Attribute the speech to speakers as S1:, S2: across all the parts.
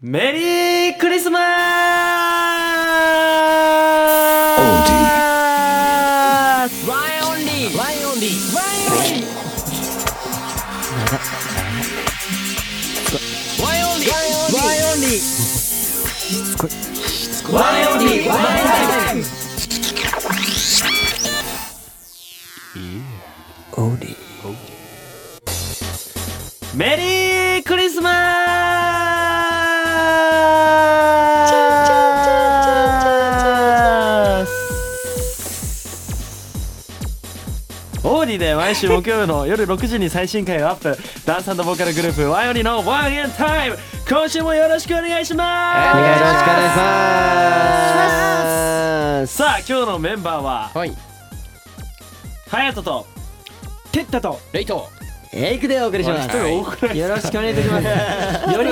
S1: メリークリスマス
S2: ワイオンリーワイオンリーワイオンリーワイオンリーワイオ
S1: ワイオン
S2: ンリー
S1: リーワイ
S2: ワイオンリー
S1: メリークリスマスオーディで毎週木曜日の夜6時に最新回をアップダンスボーカルグループワイオニのワンエンタイム今週もよろしくお願いします
S2: お願いします
S1: すさあ今日のメンバーは
S2: はい
S1: ハヤトとテッタと
S2: レイト
S3: エイクでお送りします。
S1: 人多くない
S3: よろしくお願いいたします。より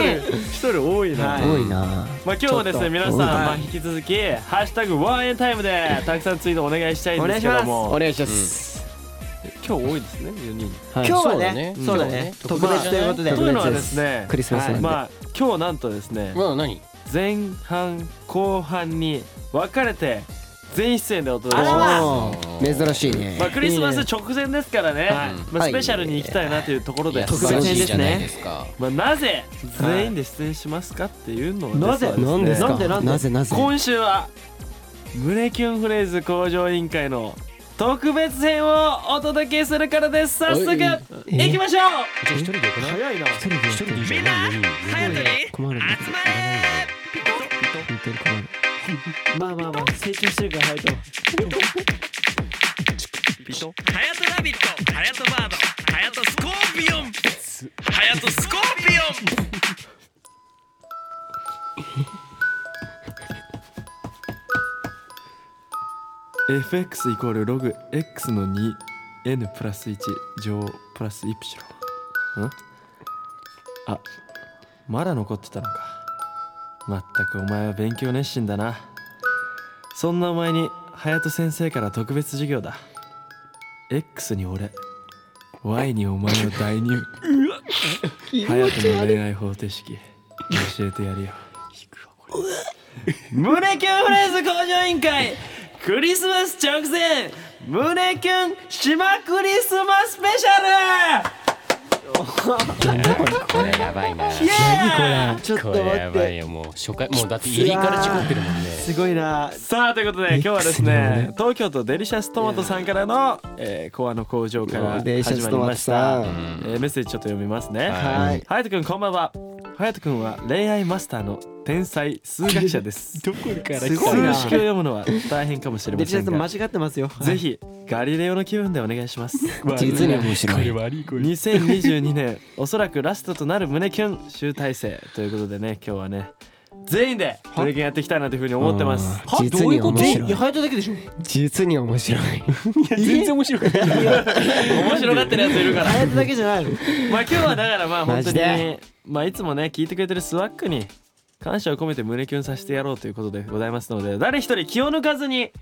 S1: 一人多いな、
S3: 多いな。
S1: まあ、今日はですね皆さん、まあ、引き続き「ハッシュタグワンエンタイム」でたくさんツイートお願いしたいんですけども
S2: 願いします
S1: 今日多いですね4人
S3: 今
S2: い
S3: 日はね、
S2: そ
S3: そうう
S2: だ
S3: だ
S2: ね
S3: ね。
S2: 特
S3: 特
S2: 別
S3: 別ということで、
S1: というのはですね
S3: クリスマスなんで
S1: まあ今日なんとですね
S2: まあ何
S1: 前半後半に分かれて全出演でお届けします
S3: おー珍しいね
S1: まあ、。クリスマス直前ですからねまあ、
S3: はい
S1: スペシャルに行きたいなというところ
S2: い
S1: で、
S2: や
S3: 特別
S2: 素晴らしい
S3: 編
S2: じゃない
S3: で
S2: ですか
S1: まあ、なぜ全員で出演しますかっていうのをですね、
S3: なぜなんですか
S1: なんでなんで
S3: なぜなぜ
S1: 今週は胸キュンフレーズ向上委員会の特別編をお届けするからです早速
S2: おい
S1: 行きましょう
S2: 一人で行くな
S1: 早いな
S3: 一人で一人で
S2: みんな早くね
S3: 困る。集まれ。ピトピト。困る。
S1: まあまあまあ成長してるから早いと
S4: ハヤトラビット、ハヤトバード、ハヤトスコーピオン、ハヤトスコーピオン。
S1: FX イコールログ X の 2N プラス1乗プラスイプシロンんあまだ残ってたのかまったくお前は勉強熱心だなそんなお前に隼人先生から特別授業だ X に俺 Y にお前を代入隼人の恋愛方程式教えてやるよ 胸キュンフレーズ向上委員会クリスマス直前胸キュン島クリスマススペシャル
S2: これやばいな
S3: ちょっと
S2: こ
S3: 待
S2: れや
S3: っ
S2: ば
S3: て。
S2: いよもう初回もうだって入りから事故ってるもんね
S3: すごいな。
S1: さあということで今日はですね東京都デリシャストマトさんからの、えー、コアの工場から
S3: デリシャ
S1: 始
S3: ス
S1: ま
S3: ト
S1: り
S3: マ
S1: ま
S3: ツ
S1: した
S3: さ、ん。
S1: えーメッセージちょっと読みますね
S2: は
S3: はい。
S1: ハヤト君こんばんはハヤト君は恋愛マスターの天才数学者です
S3: どこから
S1: 数
S3: す
S1: 式を
S3: ごいな。
S1: 読むのは大変かもしれ
S3: デ
S1: ま
S3: ジタ
S1: せ ん
S3: ルさん間
S1: が
S3: 違ってますよ。
S1: ぜひガリレオの気分でお願いします
S3: 実に面白い。
S2: 悪い声
S1: 2022年おそらくラストとなる胸キュン集大成ということでね今日はね全員で胸キュンやっていきたいなというふうに思ってます
S3: あー実に面白い。
S2: ハヤトだけでしょ
S3: 実に面白い。
S2: 全然面白くない
S1: 面白がってるやついるから
S3: あやつだけじゃないの。
S1: まあ今日はだからまあ本
S3: マ
S1: 当
S3: ジ
S1: に
S3: で
S1: まあいつもね聞いてくれてるスワックに感謝を込めて胸キュンさせてやろうということでございますので誰一人気を抜かずに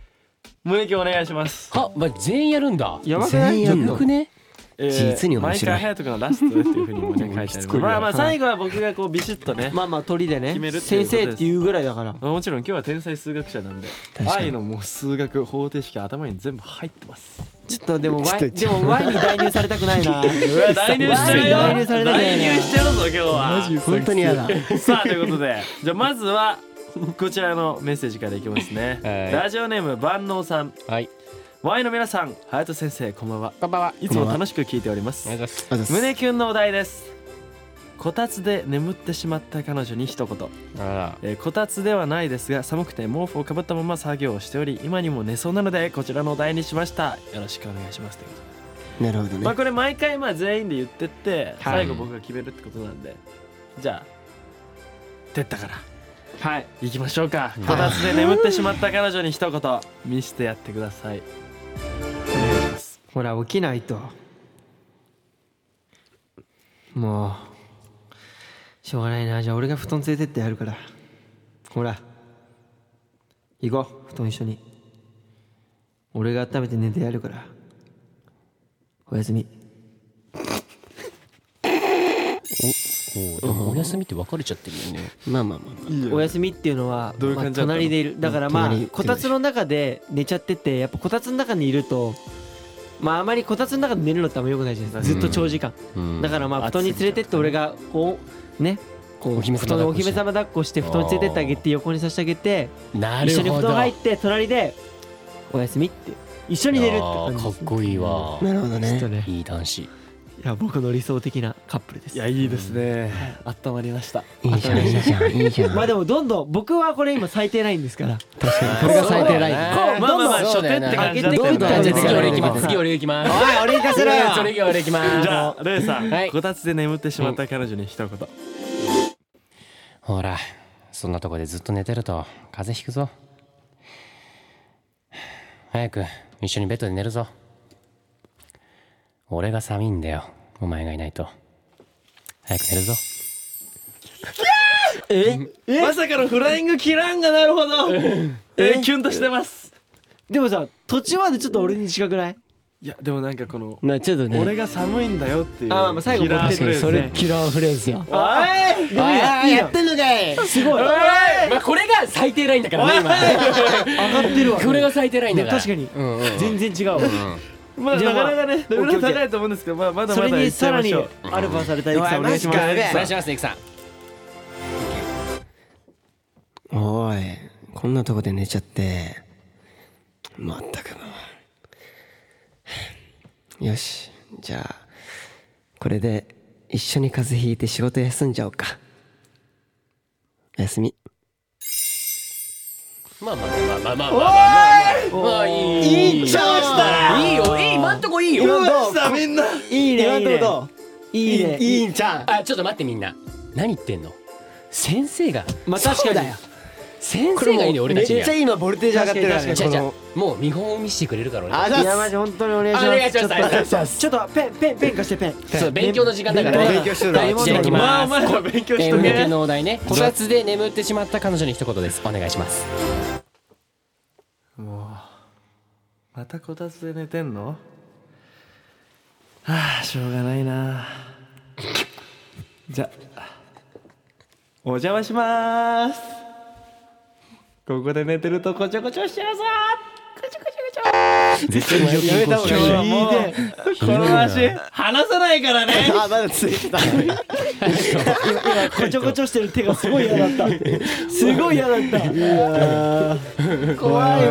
S1: 胸キュンお願いします、
S2: は、まあ、全員やるんだ
S1: やばくない
S3: 全員やん
S2: よ
S3: の
S2: く。ね
S1: え
S3: 実に面白い
S1: 毎回隼人君のラストでっていうふうにもね書い てあ
S2: しつ
S1: る
S2: こいな
S1: まあまあ最後は僕がこうビシッとね、
S3: まあまあ鳥でね
S1: 決める。っていう
S3: 先
S1: ことです
S3: 生っていうぐらいだから。
S1: まあもちろん今日は天才数学者なんで
S3: 確かに
S1: 愛のもう数学方程式頭に全部入ってます
S3: ちょっとでもワ
S2: ちょっ
S3: イ
S2: とち
S3: で
S2: ょっと
S3: もワイに代入されたくないな。
S1: う わ代入しちゃうよ
S3: 代入されたくない
S1: 代
S3: ね
S1: 入しちゃうぞ今日は
S3: 本当に嫌だ。
S1: さあということでじゃあまずはこちらのメッセージからいきますね、
S2: はい
S1: ラジオネーム万能さん
S2: はい、
S1: ワイの皆さん、ハヤト先生、こんばんは。
S2: こんばんは。
S1: いつも楽しく聞いております。
S2: ます。
S3: あざっす
S1: 胸キュンのお題です。こたつで眠ってしまった彼女に一言、
S2: あ
S1: えーこたつではないですが寒くて毛布をかぶったまま作業をしており今にも寝そうなのでこちらのお題にしましたよろしくお願いしますということで
S3: なるほど
S1: まあ
S3: ね。
S1: これ毎回まあ全員で言ってって
S2: はい
S1: 最後僕が決めるってことなんでじゃあてったから
S3: はい。
S1: 行きましょうかこたつで眠ってしまった彼女に一言見せてやってくださいお願いします
S3: ほら起きないと。もうしょうがないな。じゃあ俺が布団連れてってやるから。ほら。行こう布団一緒に。俺が温めて寝てやるから。おやすみ。
S2: ら。おうでもお休みって別れちゃってるよね
S5: まあまあまあまあ
S1: いいよ
S3: お休みっていうのは
S1: どういう感じだったの
S3: まあ隣でいるだからまあ
S5: 隣ってこと
S3: こたつの中で寝ちゃっててやっぱこたつの中にいるとまああまりこたつの中で寝るのってあんま良くないじゃないですかずっと長時間
S2: うん
S3: だからまあ布団に連れてって俺がおねこ
S2: お
S3: う
S2: 姫様
S3: 布団のお
S2: 抱っこして
S3: 姫様抱っこして布団に連れてってあげて横にさせてあげて
S2: な
S3: 一緒
S2: る
S3: に
S2: ほ
S3: 布
S2: ど
S3: 団入って隣でお休みって一緒に寝るって感
S2: いやー
S3: じ
S2: か
S3: で
S2: っ
S3: す
S2: こいいわ
S5: なるほど
S3: ちょっ
S5: ね
S3: とね
S2: いい男子
S3: いや僕の理想的なカップルです
S1: いやいいですね
S3: あったまりました
S5: いいじゃんいいじゃんいいじゃん
S3: まあでもどんどん僕はこれ今最低ラインですから
S5: 確かにこれが最低ライン
S1: まあまあまあ初手って感じだった
S3: どんどん上げて
S2: じゃ
S3: く
S2: あ
S3: る
S2: 次俺行きま
S5: はい
S2: す次俺行きます
S3: い俺行かせろよ
S2: それ以外俺行きます
S1: じゃあレイさん、
S2: はい
S1: こたつで眠ってしまった彼女に一言、
S2: ほらそんなとこでずっと寝てると風邪ひくぞ早く一緒にベッドで寝るぞ俺が寒いんだよお前がいないと早く寝るぞ
S1: まさかのフライングキランがなるほどえー、キュンとしてます
S3: でもさ途中までちょっと俺に近くない
S1: いやでもなんかこの
S5: なちょっとね
S1: 俺が寒いんだよっていう
S3: あーまあ最後
S1: キラー
S3: 確
S1: フ
S5: 確か
S1: レー
S5: に
S1: ズ
S5: それ
S1: ね
S5: キラーフレーズや
S3: おいいやいいや
S5: てんのかい
S3: すごい上
S2: まあ、これが最低ラインだからね
S3: がってるわ
S2: 今これが最低ラインだから
S3: 確かに
S2: うんうん
S3: 全然違うわ
S1: まあな
S3: じゃあ
S1: かなかねレベル
S3: オッケーオッケー
S1: 高いと思うんですけどまあまだ
S3: そ
S1: ま
S3: れ
S1: だい
S3: に
S1: っちゃ
S3: さ
S1: い
S3: ら
S1: ま
S3: に
S1: しょう
S3: アルファされたエクさんお願いします
S5: マジか
S2: お願いしますねいくさん
S5: おいこんなとこで寝ちゃってまったくもうよしじゃあこれで一緒に風邪ひいて仕事休んじゃおうかおやすみ
S2: まあまあまあまあまあまあまあまあいいいいいいよいい今んとこいいよ
S1: どうしたみんない
S3: い
S5: 今
S3: ねいい
S5: の
S3: ね
S5: とこ
S3: いいね
S5: いいんちゃん
S2: あちょっと待ってみんな何言ってんの先生が
S3: まあ確かに
S5: だよ
S2: 先生がいいね俺たちに
S5: めっちゃ
S2: は
S5: 今ボルテージ上がってるからね
S2: じゃあ
S5: こ
S2: じゃ
S5: の
S2: あもう見本を見せてくれるから俺
S5: あ
S2: たち
S5: ざっ
S3: いやマ
S5: す
S3: ジ本当にお願いします
S2: お願いします
S3: ちょっと
S2: お願いします
S3: ちょっとペンペンペン貸してペン
S2: そう勉強の時間だからね
S5: 勉強してるわ
S2: はいじゃあ行き
S1: まあお
S2: ます
S1: 前ら勉強し
S2: え
S1: と
S2: ー
S1: け
S2: 向けのお題ねこたつで眠ってしまった彼女に一言ですお願いします
S1: もうまたこたつで寝てんの はあしょうがないな じゃお邪魔しまーすここで寝てるとこちょこちょしちゃうぞ
S2: 絶対
S5: やめた方がいい
S1: いいねこの足離さないからね
S5: あまだついてた
S3: こちょこちょしてる手がすごい嫌だったすごい嫌だった
S5: 怖いよ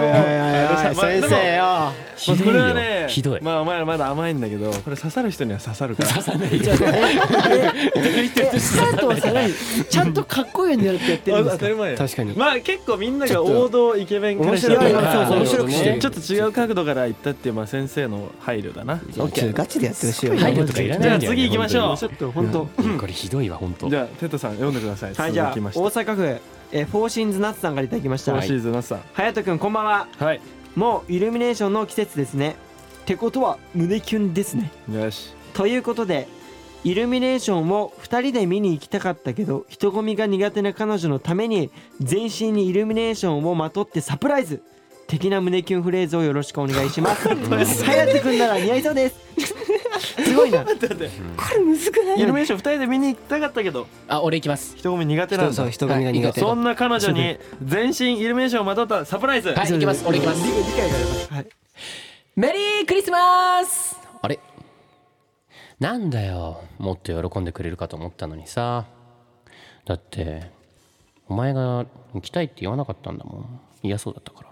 S5: 先生よ
S2: ひど
S1: こ
S2: い
S1: れは
S2: よ
S1: ね
S2: ひどい
S1: まあお前らまだ甘いんだけどこれ刺さる人には刺さるから
S2: 刺さないじゃん
S3: スカートはさらにちゃんとかっこいいようになるってやってるんで
S1: 当
S3: すか
S1: たり前よ
S5: 確かに
S1: まあ結構みんなが王道イケメンからした
S3: 面白い
S1: ら
S3: そうそう
S2: 面白くしてる
S1: ちょっと違う角度から言ったっていうまあ先生の配慮だな
S5: ちょっとガチでやってほしいよ
S2: 配慮とかいら
S1: じ
S2: な
S1: ゃ
S2: い
S1: あ
S2: んだよね
S1: 次行きましょう
S3: ちょっと本当
S2: 本当にこれひどいわ本当
S1: じゃあテトさん読んでください
S3: はいじゃあ
S1: 続
S3: 大
S1: きまして
S3: 阪府えーフォーシーンズナッツさんからいただきました
S1: 今シーズンのさ
S3: 隼人君こんばんは
S1: はい
S3: もうイルミネーションの季節ですねってことは胸キュンですね
S1: よし
S3: ということでイルミネーションを2人で見に行きたかったけど人混みが苦手な彼女のために全身にイルミネーションをまとってサプライズ的な胸キュンフレーズをよろしくお願いし ます隼人君なら似合いそうですすごいな
S1: イルミネーション2人で見に行きたかったけど
S2: あ俺行きます
S1: 人混み苦手なん
S5: 人
S1: だ
S5: そう人髪が苦手
S1: そんな彼女に全身イルミネーションをまとったサプライズ
S2: はい行きます俺行きます
S3: はい
S2: メリークリスマスあれなんだよもっと喜んでくれるかと思ったのにさだってお前が行きたいって言わなかったんだもん嫌そうだったから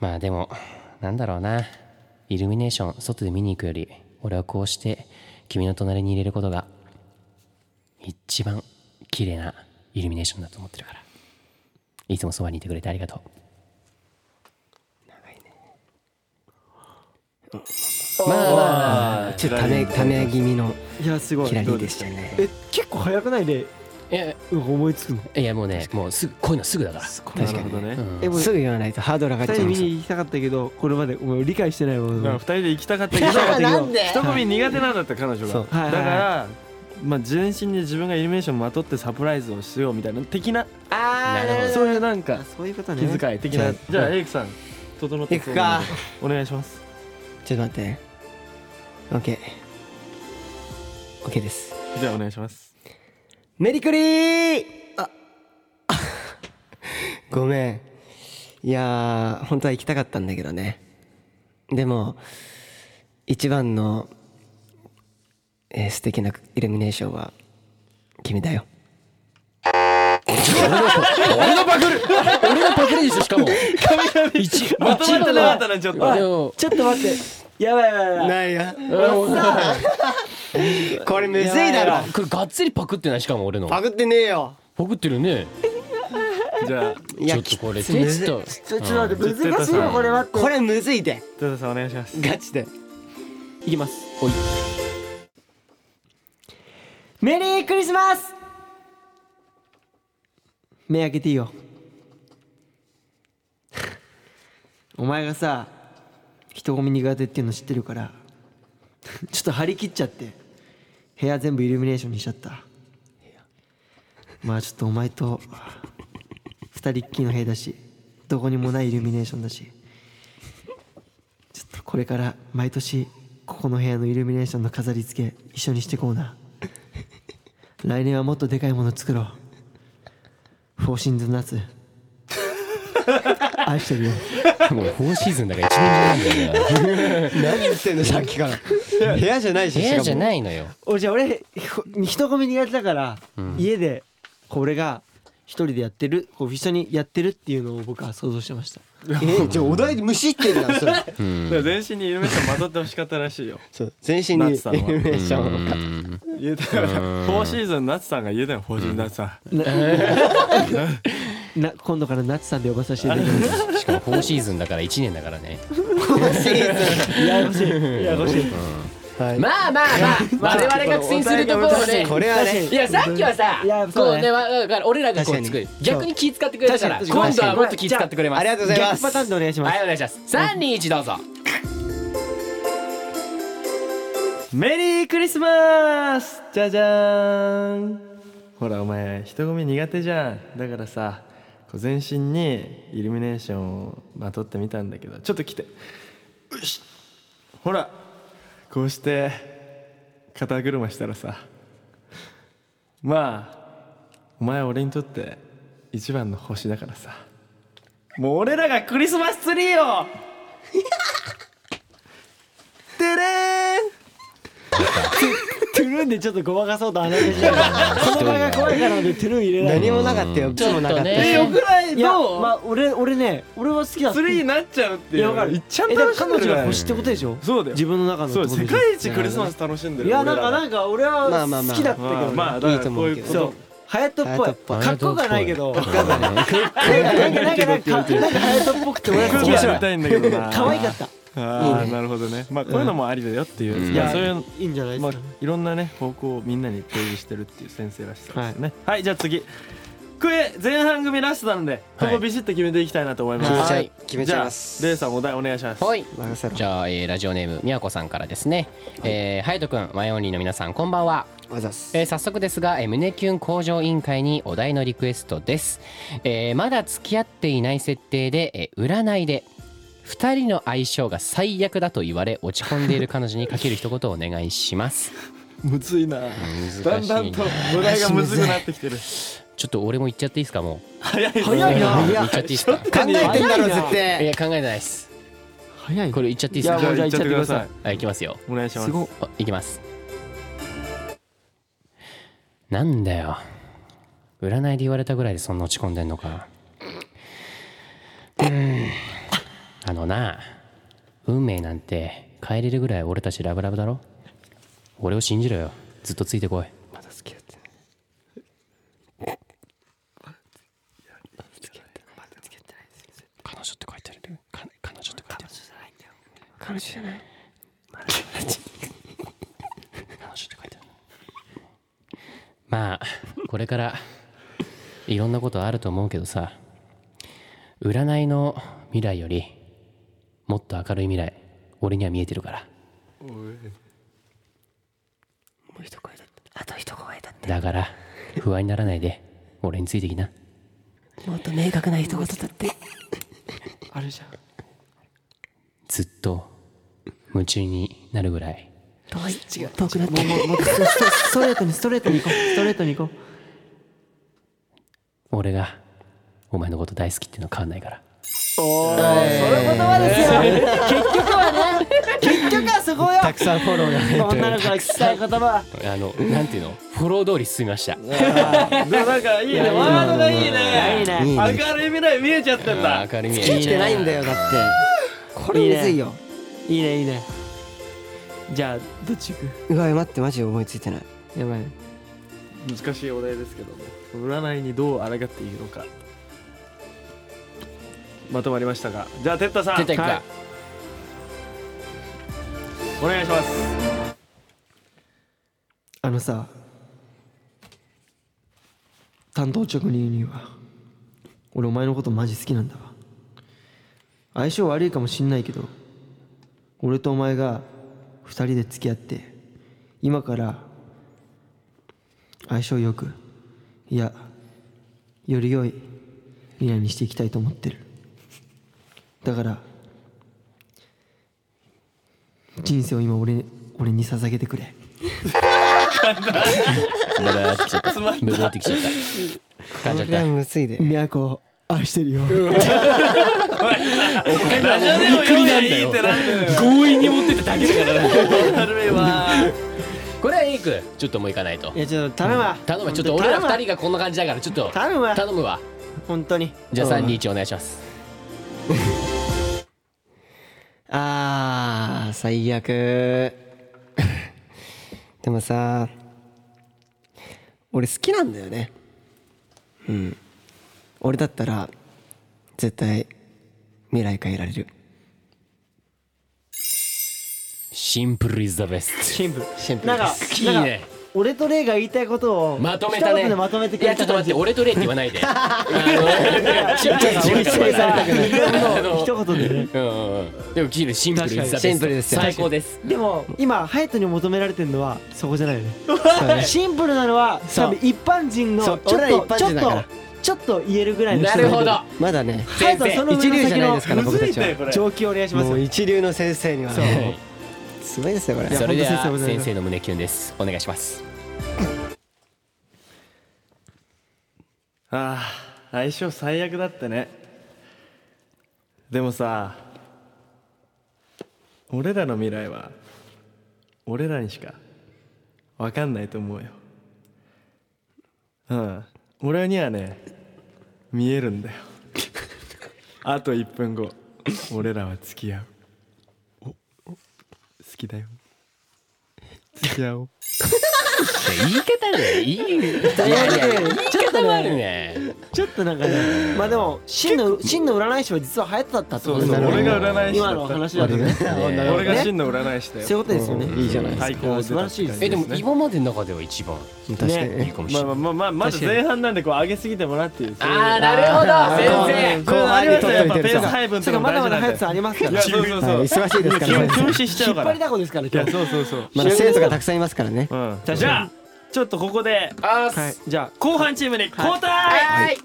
S2: まあでもなんだろうなイルミネーション外で見に行くより俺はこうして君の隣に入れることが一番綺麗なイルミネーションだと思ってるからいつもそばにいてくれてありがとう
S5: まあまあまあちょっとためため気味の
S3: いやすごい
S5: キラリでしたね
S3: え結構早くないで
S2: え
S3: うん思いつく の
S2: いやもうねもうすぐこういうのすぐだから
S1: なるほどね
S2: うん
S3: えもう
S5: すぐ言わないとハードル上がっ
S3: 2
S5: ちゃ
S3: 人
S5: いま
S3: 見
S5: す
S3: に行きたかったけどこれまでお前理解してないも
S1: だから2
S3: の
S1: 人で行きたかったけど
S3: なんで
S1: 人混み苦手なんだって彼女
S5: そ
S1: がだ
S5: う
S1: からまあ全身に自分がイルミネーションをまとってサプライズをしようみたいな的な
S3: あ
S2: なるほど
S1: そういうなん
S3: あ
S1: か
S3: そういうことね
S1: 気遣い的
S5: は
S1: ないじゃあエイクさん整って
S5: 行くか
S1: お願いします
S5: ちょっと待って OKOK です
S1: じゃあお願いします
S5: メリクリーあ ごめんいやー本当は行きたかったんだけどねでも一番の、えー素敵なイルミネーションは君だよ
S2: 俺のパクる俺のパクリですしかも一
S1: まとまったなかったなちょっと
S2: でも
S3: ちょっと待ってやばいやばいやばい
S5: ないや
S2: あ
S5: これむずいだ
S3: や
S5: ろ
S2: もうこれがっつりパクってないしかも俺の
S5: パ
S2: パ
S5: クってねえよ
S2: クってるね
S1: じゃあ
S5: い
S2: ち
S5: や
S2: ょっとこれ
S5: きつ
S2: テスト
S3: ちょちょっと待って難しいよこれ待って
S5: これむずいで
S1: 豊田さんお願いします
S5: ガチで
S3: いきます
S2: おい
S3: メリークリスマス目開けていいよお前がさ人混み苦手っていうの知ってるからちょっと張り切っちゃって部屋全部イルミネーションにしちゃったまあちょっとお前と二人っきりの部屋だしどこにもないイルミネーションだしちょっとこれから毎年ここの部屋のイルミネーションの飾り付け一緒にしてこうな来年はもっとでかいもの作ろうフォーシンズナッ ツ愛してるよ
S2: もう4シーズンだから一年中なんだよな
S5: 何言ってんのさっきから 部屋じゃないし
S2: 部屋じゃ
S5: い
S2: ないのよ
S3: 俺じゃあ俺ほ人混み苦手だから、家でこう俺が一人でやってるこう一緒にやってるっていうのを僕は想像してました
S5: えじゃあお題でむしってんだそれ
S1: だから全身にイルミネーション混ざってほしかったらしいよ
S5: そう全身
S1: な
S5: に
S1: っ
S5: イ
S1: てたの
S5: ルミネーションを
S1: 言うたら4シーズン夏さんが言うたよ4シーズン夏さん
S3: なな今度からナツさんで呼ばさせていただきます
S2: しかも4シーズンだから1年だからね
S3: ややこしいややこしい
S5: はい
S2: まあまあまあ我々が苦戦するところを ね
S5: これはね
S2: いやさっきはさ
S3: いやそう
S2: こ
S3: だ
S2: う
S3: ね
S2: ねわわ俺らが
S5: 確
S2: こ
S5: か
S2: う
S5: に
S2: 作る逆に気使ってくれたから
S3: 確か
S2: 今
S3: に
S2: 度はもっと気使ってくれます
S5: ありがとうございま
S3: 逆パターン
S5: す
S3: でお願いします
S2: はいお願いします三二一どうぞ
S1: メリークリスマスじゃじゃーんほらお前人混み苦手じゃんだからさこう全身にイルミネーションをまとってみたんだけどちょっと来てよしほらこうして肩車したらさまあお前は俺にとって一番の星だからさもう俺らがクリスマスツリーをてれーん
S3: トゥルンでちょっとごまかそうと話してたから この場合が怖いからのでトゥルン入れない
S5: 何もなかったよ木もなかった
S2: ちょっとね
S5: し
S2: えよく
S1: らい
S3: いやまあ俺俺ね俺は好きだ
S1: 釣りになっちゃうって
S3: い
S1: いう
S3: やわかる
S1: いっちゃん
S3: えだから
S1: 楽しん
S3: 彼
S1: でる
S3: 女が
S1: よ
S3: 欲しいってことでしょ
S1: そうだよ
S3: 自分の中のって
S1: そ
S3: こ
S1: う
S3: と
S1: 世
S3: でしょ
S1: 界一クリスマス楽しんでる
S3: いやなんかなん
S1: か
S3: か俺
S5: ま
S3: は
S5: あまあまあ
S3: 好きだったけどね
S1: まあだから
S5: いいと思
S1: こう
S5: う
S1: い
S5: け
S1: う
S5: ど
S1: こと
S3: ハヤトっぽい
S5: 隼人っぽい
S3: かっこよくはないけどなんかなんか
S2: うん
S3: なんかなんかなんかハヤトっぽくて俺は好き
S1: 空気
S3: だ
S1: み
S3: った
S1: いんだけどな
S3: 可愛かった
S1: ああなるほどねまあこういうのもありだよっていううんいやそういう
S3: いいんじゃないで
S1: まあ
S3: すかね
S1: いろんなね方向をみんなに提示してるっていう先生らしさですねはいじゃあ次これ前半組ラストなのでこ
S2: は
S1: こ
S2: い
S1: ビシッと決めていきたいなと思いま
S5: 決め
S1: す
S5: ちゃ
S1: はい
S5: 決めちゃいます
S1: じゃあレイさんお題お願いします
S2: はい
S5: 任せろ
S2: じゃあ、えーラジオネームみやこさんからですねえーハヤトくんマヨニーの皆さんこんばんは
S5: わざっす
S2: えー早速ですが、えー胸キュン向上委員会にお題のリクエストです、えーまだ付き合っていない設定で、えー占いで2人の相性が最悪だと言われ落ち込んでいる彼女にかける一言をお願いします
S1: むずいな
S2: しいな
S1: だんだんとお題がむずくなってきてる
S2: ちょっと俺も言っちゃっていいですかも
S1: 早いね
S2: う
S3: 早いな
S2: うん言っちゃっていいですか
S5: 考えてんだろ絶
S2: い
S5: 対
S2: や考えてないです
S3: 早い
S2: これ言っちゃっていい
S3: い
S2: です
S3: や
S2: か
S3: もうじゃあ
S1: い
S3: い
S1: っ
S3: っ
S1: ち
S3: ち
S1: ゃっ
S3: ゃってて
S1: く
S3: く
S1: だ
S3: だ
S1: さい
S3: さい
S2: はい行きますよ
S1: お願いします
S3: すごい
S2: あいきますなんだよ占いで言われたぐらいでそんな落ち込んでんのかうんあのな運命なんて変えれるぐらい俺たちラブラブだろ俺を信じろよずっとついてこい
S5: まだ付き合ってないまだ付き合ってない
S2: 彼女って書いてあるか彼女って書いてある
S5: 彼女じゃない
S2: 彼女って書いてあるまあこれからいろんなことあると思うけどさ占いの未来よりもっと明るい未来俺には見えてるから
S5: もう一声だったあと一声だっ
S2: だから不安にならないで俺についてきな
S5: たもっと明確な一言だって
S3: あれじゃん
S2: ずっと夢中になるぐらい
S5: 遠い違う遠くなっ
S3: もうもうもうストストストレートにストレートに行こうストレートに行こう
S2: 俺がお前のこと大好きっていうのは変わんないから
S3: 結局はそこよ
S5: たくさんフォローがね
S3: 女の子が聞きたい言葉
S2: あのなんていうのフォロー通り進みました
S1: でもなんかいいねワードがいいね
S3: いいね
S5: いい
S1: 明
S5: ね
S1: るい未来見えちゃったんだ
S2: あー明るみえ
S5: 切ってないんだよだってこれむずいよ
S3: いいねいいねじゃあどっち行く
S5: うわ待ってマジで思いついてない
S3: やばい
S1: 難しいお題ですけどね占いにどう抗っていくのかまとまりましたかじゃあテッタさん
S2: 出てく
S1: はい
S2: か
S1: お願いします
S3: あのさ担当直入には俺お前のことマジ好きなんだわ相性悪いかもしんないけど俺とお前が2人で付き合って今から相性よくいやより良い未来にしていきたいと思ってるだから人生を今俺に俺に捧げてくれ
S2: ブラーってきちゃった ブラーってきちゃった
S5: こ
S2: 噛ん
S5: れ
S2: じゃっ
S5: ぐらい
S2: た
S5: むずいで
S3: 宮古を愛してるよ
S1: ラジオネーム読んでいいってなんだよ
S2: 強引に持ってっただけ だからね
S1: だるいわ
S2: これはエイクちょっともう行かないと
S3: いやちょっと頼むわ
S2: 頼むちょっと俺ら
S3: 頼むわ
S2: 二人がこんな感じだからちょっと
S3: 頼むわ
S2: 頼むわ
S3: 本当に
S2: じゃあ321お願いします
S5: あー最悪 でもさ俺好きなんだよねうん俺だったら絶対未来変えられる
S2: シンプルイズザベス
S3: シンプル
S5: シンプル
S3: な
S5: で
S3: んか
S2: いいね
S3: なんか俺とレイが言いたいことを
S2: トまとめた
S3: 一言
S2: ね
S3: でまとめてく
S2: い
S3: れ
S2: やちょ
S3: た
S2: っ
S3: 感
S2: と待
S3: じ
S2: って俺とレイって言わな いであのちょっと違
S3: 俺一
S2: う違う
S3: 人さ
S2: あの
S3: 一言でね
S2: うんうんうんでもキールシンプルイズザベスト
S5: シンプルですよ
S2: 最高です
S3: でも今ハヤトに求められてるのはそこじゃないよねシンプルなのは
S5: そう
S3: 多分一般人のち
S5: そ
S3: ょ
S5: う
S3: っと
S5: 俺ら一般
S3: ちょ
S5: 人
S3: っ
S5: だから
S3: とちょっと言えるぐらいの
S2: な
S3: 人
S2: るほど
S5: まだね
S3: ハヤトはその
S5: 一
S3: 上
S5: 流じゃ
S3: の先
S5: ない
S3: の
S5: ですか
S1: む
S5: ら僕
S1: ず
S5: た
S1: いん
S5: ち
S1: だよ
S5: は
S1: これ
S3: 上級お願いします
S5: もう
S3: よ
S5: 一流の先生には
S3: そう
S5: ねすごいですよこれ
S3: や
S2: それで
S3: 本当
S2: は
S3: 先生お願いし
S2: 先
S3: ます
S2: 生の胸キュンですお願いします
S1: ああ相性最悪だったねでもさ俺らの未来は俺らにしか分かんないと思うようん俺にはね見えるんだよ あと1分後俺らは付き合うお好きだよ付き合おう
S2: 言い方ねいいいやいや言い方もあるね
S3: ちょっとなんかねまあでも真の真の占い師は実はハヤトだったって
S1: そ
S3: こ
S1: う
S3: と
S1: そう
S3: だ
S1: 俺が占い師だっ
S3: 今の
S1: た
S3: 話だとね
S1: 俺が真の占い師だよ
S3: そういうことですよねいいじゃない
S1: 対抗
S3: 素晴らしいです
S2: えでも今までの中では一番
S5: 確かに
S2: いいかもし
S1: まあ
S2: れ
S1: まあ
S2: ない
S1: まあまあまず前半なんでこう上げすぎてもらっていうそういう
S2: あーなるほど先
S1: そういうのありますよやっぱペース配分
S3: そ
S1: と
S3: れ
S1: か
S3: が
S1: も大
S3: まだ
S1: 事なん
S3: まだハヤ
S1: で
S3: トさんありますか
S1: いや
S3: ら
S1: そうそう
S5: はい
S1: そう
S5: 忙しいですか
S1: 基
S5: ら
S1: 本
S5: ね
S1: 無視しちゃ
S3: 引
S1: う
S3: っ
S1: か
S3: 張
S1: ら
S3: り
S1: い
S3: だこですから今
S1: や
S3: 日
S1: そうそうそう
S5: まだ生徒がたくさんいますからね
S1: うんじゃあちょっとここで
S2: あ
S3: はいじゃあ
S1: 後半チームに交代
S2: はい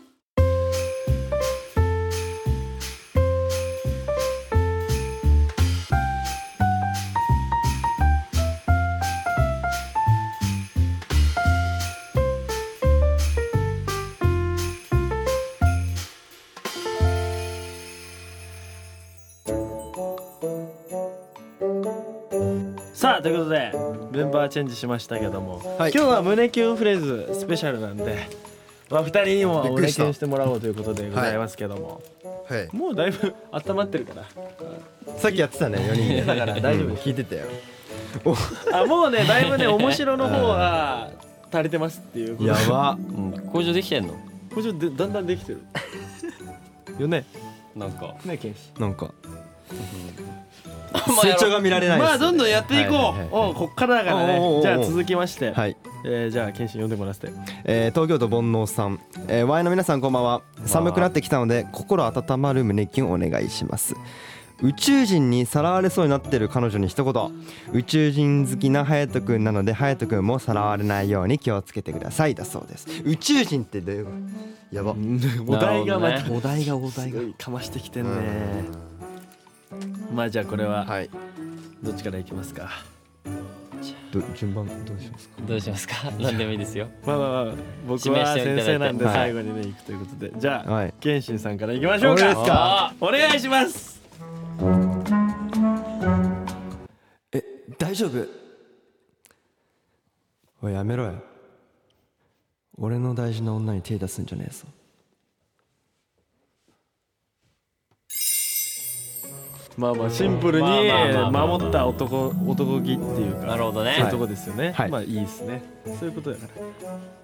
S1: さあということでメンバーチェンジしましたけども今
S5: はい
S1: 日は胸キュンフレーズスペシャルなんでまあ二人にも
S6: びっくり
S1: 胸
S6: し
S1: キ
S6: た
S1: ュンしてもらおうということでございますけども
S6: はい、
S1: もうだいぶ 温まってるから
S6: さっきやってたね4人で だから大丈夫聞いてたよ
S1: あもうねだいぶね面白の方が足りてますっていうこと
S6: やば
S2: 向上できてんの
S1: これちょっとだんだんできてるよね
S2: なんか
S1: ね剣士
S6: なんか成長が見られないです
S1: まあどんどんやっていこう、
S6: はいはいはい
S1: おうこっからだからね
S6: おうおうおう
S1: じゃあ続きまして、
S6: はい、
S1: えーじゃあ剣士読んでもらって
S6: えー、東京都煩悩さん、えー、ワイの皆さんこんばんは寒くなってきたので心温まる胸キュンお願いします宇宙人にさらわれそうになってる彼女に一言宇宙人好きなハヤトくんなのでハヤトくんもさらわれないように気をつけてくださいだそうです宇宙人ってどういうことやば
S1: お題がま
S2: なる
S1: た、お題がお題がかましてきてんねまあじゃあこれは
S6: はい
S1: どっちからいきますか、じゃ
S6: ど順番どうしますか
S2: どうしますか何でもいいですよ
S1: まあまあまあ僕
S2: 指名
S1: は
S2: していただい
S1: 先
S2: て
S1: 生なんで
S6: はい
S1: 最後にね行くということで、じゃあ、
S6: はい
S1: 謙信さんから行きましょうか
S2: か
S1: お願いします
S6: え大丈夫おいやめろよ俺の大事な女に手出すんじゃねえぞ
S1: まあまあシンプルに
S2: まあまあまあ
S1: 守った男男気っていうか
S2: なるほどね
S1: そういうとこですよね、
S6: はい
S1: まあいいですねそういうことだか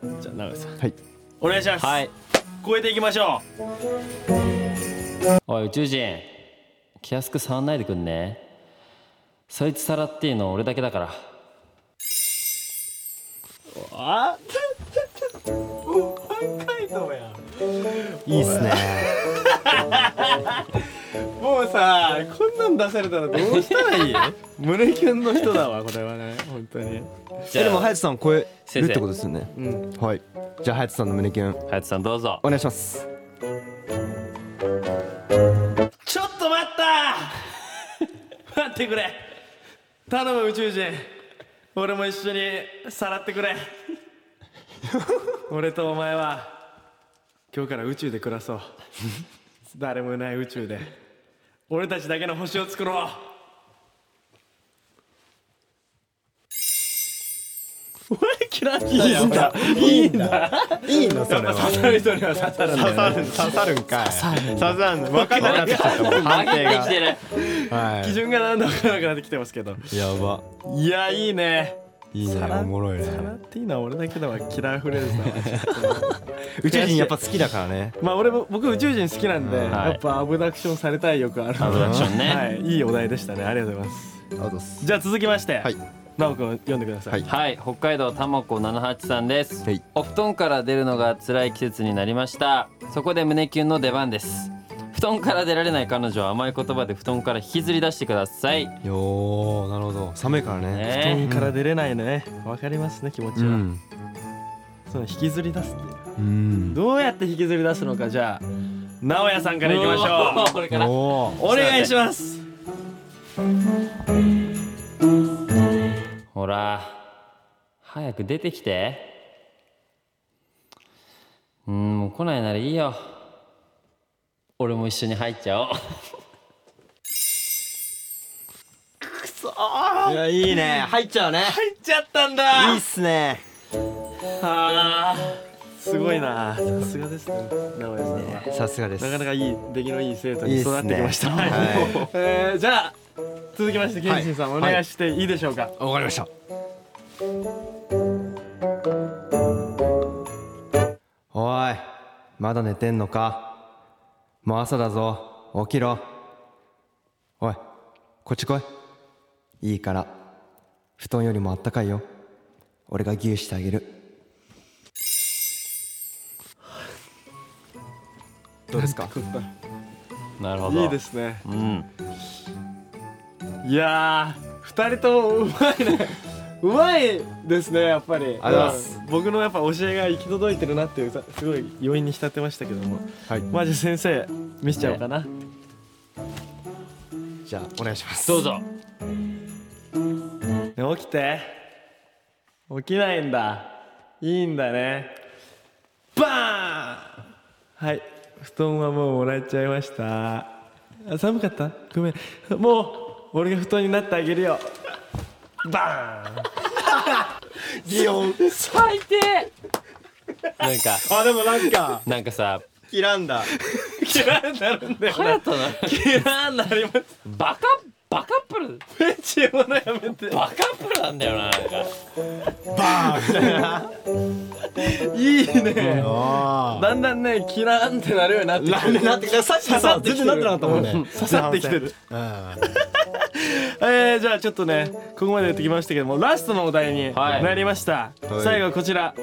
S1: らじゃあ永井さん
S6: はい
S1: お願いします、
S2: はい
S1: 超えていきましょ
S2: おい宇宙人気安く触んないでくんねそいつさらっていいの俺だけだから
S1: うあ回答や
S6: いいっすね
S1: もうさこんなん出されたらどうしたら いい胸キュンの人だわこれはね本当に
S2: じ
S6: えでも
S2: ゃあ
S6: 隼人さん超え
S2: 先
S6: るっ
S2: 生
S6: てことですよねはいじゃあ隼人さんの胸キュン
S2: 隼人さんどうぞ
S6: お願いします
S1: ちょっと待った待ってくれ頼む宇宙人俺も一緒にさらってくれ俺とお前は今日から宇宙で暮らそう誰もいない宇宙で俺たちだけの星を作ろう俺嫌 いだよいいんだ
S6: いいのそれ
S1: 刺さる人には刺さるんだよね
S6: る刺さるんかい刺さる分かんなくなってきちゃったもん判定
S2: できてる
S6: がは
S1: 基準がなんだか分からなくなってきてますけど
S6: いやば
S1: いやいいね
S6: いい
S1: さら
S6: ろいね
S1: さらっていいのは俺だけだわキラーフレーズだわ
S6: 宇宙人やっぱ好きだからね
S1: まあ俺も僕宇宙人好きなんで、
S2: はい
S1: やっぱアブダクションされたい欲ある
S2: アブダクションね
S1: はい、いいお題でしたねありがとうございます
S6: あとす
S1: じゃあ続きまして、
S6: はい
S1: 直くん読んでください、
S6: はい
S2: はい北海道たまこ78さんです、
S6: はい
S2: お布団から出るのが辛い季節になりましたそこで胸キュンの出番です布団から出られない彼女は甘い言葉で布団から引きずり出してください
S6: よーなるほど寒いからね
S1: 布団
S2: ね
S1: から出れないねわかりますね気持ち
S6: う
S1: は、
S6: ん
S1: その引きずり出すっていう
S6: うん
S1: どうやって引きずり出すのかじゃあ直哉さんからいきましょ
S2: うこれから
S6: お
S1: うお願いします
S2: ほら早く出てきてうんもう来ないならいいよ俺も一緒に入っちゃおう
S6: ーいやいいね入っちゃうね
S1: 入っちゃったんだ
S6: いいっすね
S1: すごいなさすがですね直哉さんは
S6: さすがです
S1: なかなかいい出来のいい生徒
S6: い
S1: に
S6: いっすね
S1: 育ってきました。はい
S6: は
S1: えーじゃあ続きまして謙信さん、
S6: はい
S1: お願いしていいでしょうか。
S6: わかりましたおいまだ寝てんのかもう朝だぞ起きろおいこっち来いいいから布団よりもあったかいよ俺が牛してあげるどうですか
S2: なるほ
S1: い
S2: ど
S1: いですね。
S2: うん
S1: いやー二人ともうまい ね。うまいですねやっぱり。
S6: ありがとうございます
S1: うん僕のやっぱ教えが行き届いてるなっていうさすごい要因に浸ってましたけども。
S6: はい
S1: まあじゃあ先生見せちゃおうかな。
S6: じゃあお願いします
S2: どうぞ
S1: ね起きて起きないんだいいんだねバーンはい布団はもうもらっちゃいましたあ寒かったごめんもう俺が布団になってあげるよバーン
S2: 最低なんか
S1: あでもなんか
S2: なんかさ
S6: キランダ
S1: 嫌いになるんだよ
S2: 隼人の
S1: 嫌いになります
S2: バカバカップル
S1: ペチ呼ぶのやめて
S2: バカップルなんだよななんか
S1: いいねだんだんねキラーンってなるようになってきてる
S6: なってきたさっき
S1: 刺さってき
S6: 全
S1: て
S6: 然
S1: る
S6: なってなかったもんね
S1: 刺さってきてるえー、じゃあちょっとねここまでやってきましたけどもラストのお題に
S2: はい
S1: なりました、
S6: はい
S1: 最後はこちら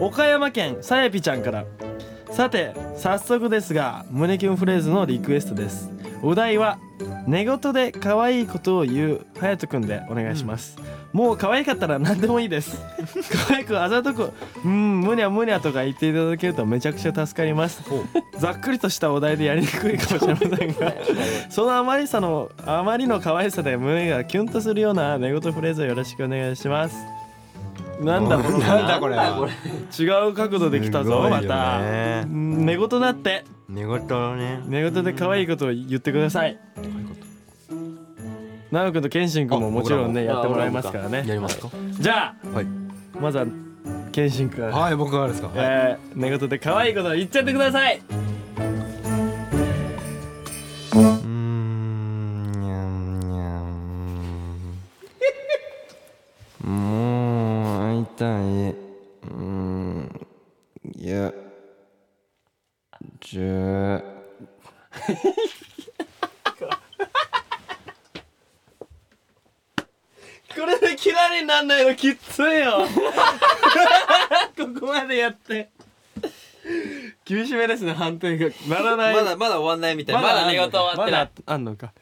S1: 岡山県さやぴちゃんからさて早速ですが胸キュンフレーズのリクエストですお題は寝言で可愛いことを言う隼人くんでお願いします、もう可愛かったら何でもいいです可愛くあざとくうんむにゃむにゃとか言っていただけるとめちゃくちゃ助かりますざっくりとしたお題でやりにくいかもしれませんがそのあまりさのあまりの可愛さで胸がキュンとするような寝言フレーズをよろしくお願いしますなんだこの
S6: なんだこれ
S1: 違う角度で来た
S6: すごい
S1: ぞ
S6: よ
S1: ま
S6: ね
S1: たうん寝言だって
S6: 寝言のね
S1: 寝言で可愛いことを言ってください奈く君と健信君ももちろんね
S7: あ
S1: やってもらいますからね
S7: やりますか
S1: じゃあ
S6: はい
S1: まずは健信君
S6: はい僕がですか
S1: えー、寝言で可愛いことを言っちゃってください
S6: うんにゃんにゃんもう会いたいうんいやじゅ
S1: これで嫌いになんないのきっついよ ここまでやって厳しめですね判定がならない
S7: まだまだ終わんないみたいなまだ寝言終わってない
S1: まだあんのか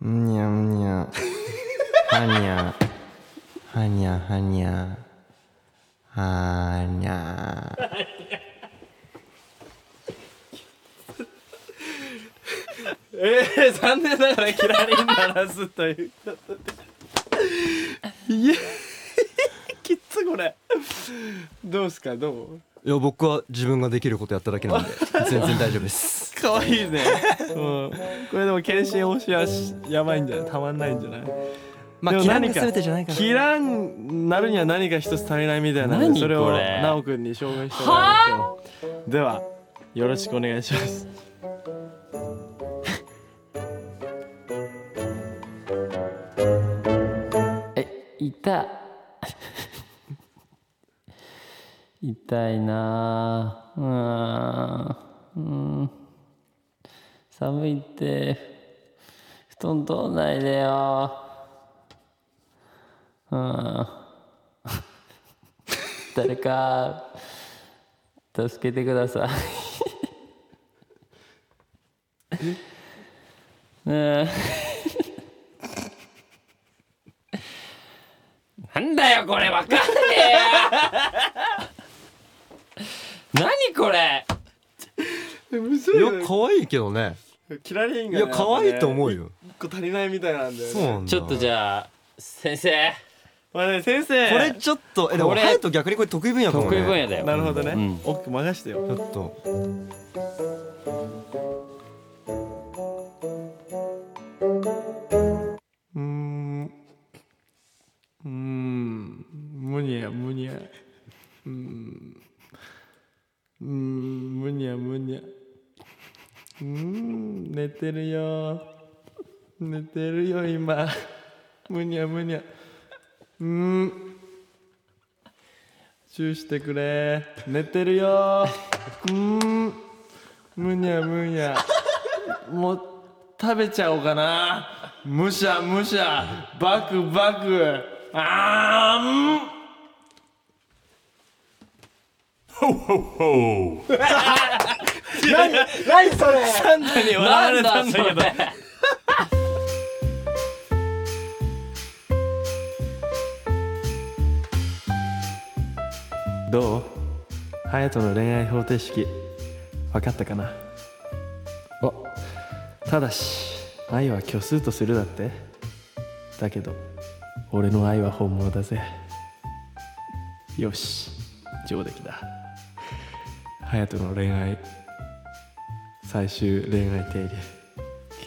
S6: にゃんにゃんはにゃはにゃはにゃはにゃ
S1: ええ残念ながらキラリン鳴らすということでいやきっつこれどうすかどう
S6: いや僕は自分ができることやっただけなんで全然大丈夫です
S1: かわいいね、うん、これでも検診推しはしやばいんじゃないたまんないんじゃない
S5: まあ
S1: でも
S5: キラン
S1: 何
S5: が
S1: か
S5: 全てじゃないから
S1: キランなるには何か一つ足りないみたいなので
S2: 何
S1: それを
S2: これ
S1: 奈くんに証明してもらいましょうではよろしくお願いします
S2: え痛い痛いなあうーんうん寒いって布団取んないでようん 誰か助けてくださいうんなんだよこれわかんね えよ何これ
S6: いや可愛いけどね
S1: キラリン
S6: い
S1: が、
S6: や可愛いと思うよ
S1: 一個足りないみたいなんだよ、ね、
S6: そうなんだ
S2: ちょっとじゃあ先生
S1: まあね先生
S6: これ ちょっとえでも
S2: 俺
S6: ハヤト逆にこれ得意分野かも
S2: 得
S6: ね
S2: 意分野だよ
S1: なるほどね、
S2: うん
S1: 奥任してよ
S6: ちょっと
S1: うーんうーんむにゃむにゃうーんうーんむにゃむにゃうーん寝てるよ寝てるよ今むにゃむにゃうーんチューしてくれ寝てるようーんむにゃむにゃもう食べちゃおうかなむしゃむしゃバクバクあーん
S2: なんだそれ
S1: どう隼人の恋愛方程式分かったかなおただし愛は虚数とするだってだけど俺の愛は本物だぜよし上出来だ隼人の恋愛最終恋愛定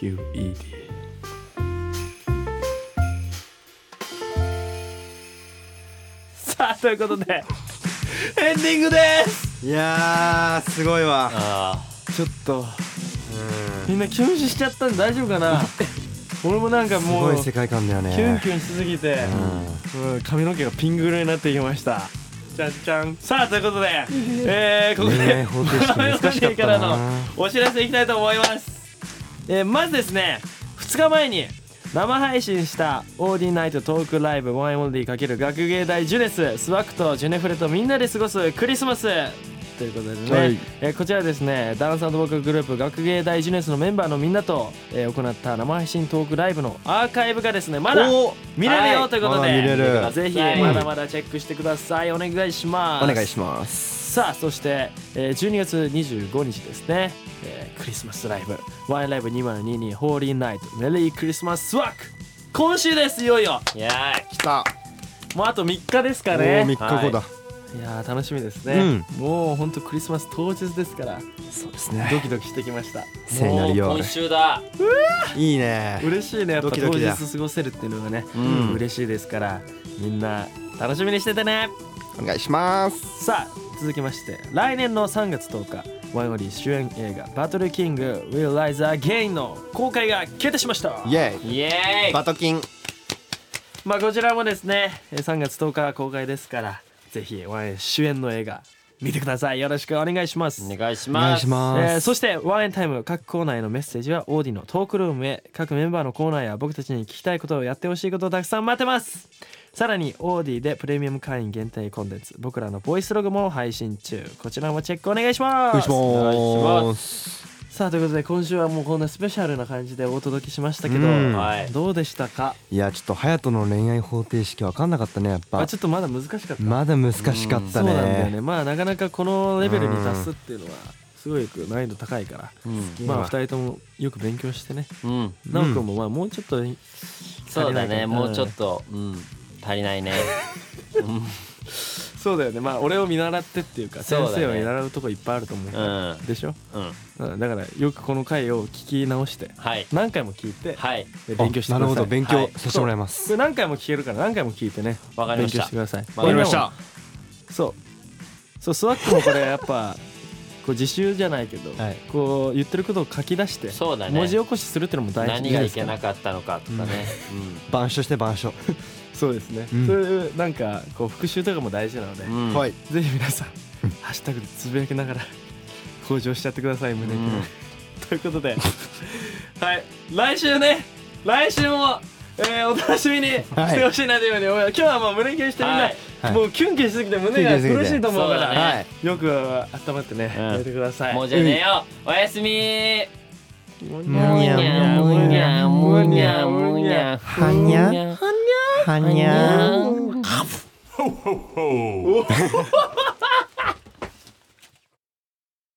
S1: 理 QED さあということでエンディングです
S6: いやーすごいわ
S1: ちょっとみんなキュンしちゃったんで大丈夫かな俺もなんか
S6: す
S1: も
S6: ご
S1: う
S6: い世
S1: キ
S6: 界観だよ
S1: ュン
S6: ね
S1: キュンしすぎて、うん髪の毛がピンク色になってきましたじゃんじゃんさあということで、えー、ここ
S6: 恋愛
S1: で
S6: 方程式難しかっ
S1: か
S6: た
S1: ら
S6: な
S1: のお知らせいきたいと思います、えーまずですね2日前に生配信したオーディナイトトークライブワンエモディ×学芸大ジュレススワックとジュネフレとみんなで過ごすクリスマスとということですね、えーこちらですねダンスボーカルグループ学芸大ジュネスのメンバーのみんなと、えー行った生配信トークライブのアーカイブがですねまだ見れるよということで、
S6: まだ見れる
S1: ぜひまだまだチェックしてくださいお願いします
S6: お願いします
S1: さあそして、えー12月25日ですね、えークリスマスライブワインライブ2022ホーリーナイトメリークリスマスワーク今週ですいよいよ
S7: いやー
S6: 来た
S1: もうあと3日です
S6: お
S1: か
S6: ー
S1: ね
S6: 3日後だ
S1: いやー楽しみですね、もうほんとクリスマス当日ですから
S6: そうです
S1: ドキドキしてきました
S6: 聖なるよ
S7: もう今週だ
S6: いいね
S1: 嬉しいねやっぱ
S6: ドキ
S1: 当
S6: ドキ
S1: 日
S6: だ
S1: 過ごせるっていうのがね、
S6: ん
S1: 嬉しいですからみんな楽しみにしててね
S6: お願いします
S1: さあ続きまして来年の3月10日ワイオリー主演映画「バトルキング Will Rise Again」の公開が決定しました
S6: イエー
S7: イエー
S6: イ
S7: イ
S6: バトキン
S1: まあこちらもですねえー3月10日公開ですからぜひワンエン主演の映画見てくださいよろしくお願いします
S7: お願いし
S6: お願
S7: ま
S6: いし
S7: す
S1: え
S6: ま
S1: ー
S6: す
S1: そしてワンエンタイム各コーナーへのメッセージはオーディのトークルームへ各メンバーのコーナーや僕たちに聞きたいことをやってほしいことをたくさん待ってますさらにオーディでプレミアム会員限定コンテンツ僕らのボイスログも配信中こちらもチェックお願いします
S6: お願いします
S1: さあということで今週はもうこんなスペシャルな感じでお届けしましたけど、
S6: うん
S7: はい
S1: どうでしたか、
S6: いやちょっと隼人の恋愛方程式分かんなかったねやっ
S1: まあ、
S6: ぱ
S1: ちょっとまだ難しかった
S6: まだ難しかった
S1: そうなんだよ
S6: ね
S1: ねまあなかなかこのレベルに達すっていうのはすごく難易度高いから、まあ2人ともよく勉強してね
S7: うん
S1: なおくんもまあもうちょっと足りないかな
S7: そうだねもうちょっとうん足りないね
S1: そうだよねまあ俺を見習ってっていうか
S7: そう
S1: 先
S7: だね
S1: 生を見習うとこいっぱいあると思う
S7: う、ん
S1: でしょ
S7: うん
S1: うんだからよくこの回を聞き直して
S7: はい
S1: 何回も聞いて
S7: はい
S1: で勉強してください
S6: あなるほど勉強
S7: はい
S6: させてもらいます
S1: これ何回も聞けるから何回も聞いてね
S7: わかりまし
S1: 勉
S7: た
S1: 強してください
S7: わかりました
S1: これでもそうそうスワックもこれやっぱ こう自習じゃないけど、
S6: はい
S1: こう言ってることを書き出して
S7: そうだね
S1: 文字起こしするってのも大事
S7: 何
S1: で
S7: がい
S1: すか
S7: け
S1: ら
S7: なかったのかとかね
S6: 板書して板書
S1: そうですね、
S6: ん
S1: そういうなんかこう復習とかも大事なので、
S7: うんうん
S6: はい
S1: ぜひ皆さんハッシュタグでつぶやきながら向上しちゃってください胸に、ということではい来週ね来週も、えーお楽しみにしてほしいなというふうに思います、今日はもう胸キュンしてみんな、
S7: はい
S6: はい
S1: もうキュンキュンしすぎて胸が
S6: キュンキュ
S1: 苦
S6: ンしす
S1: しい
S6: ぎて
S1: と思うから
S7: そうだね
S1: はいよく温まってね、
S7: うん
S1: やってください
S7: もうじゃねえよおやすみー
S1: にゃ
S6: にゃ
S7: にゃ
S6: ん
S7: むにゃむにゃむにゃ
S6: はにゃはにゃ
S7: はにゃ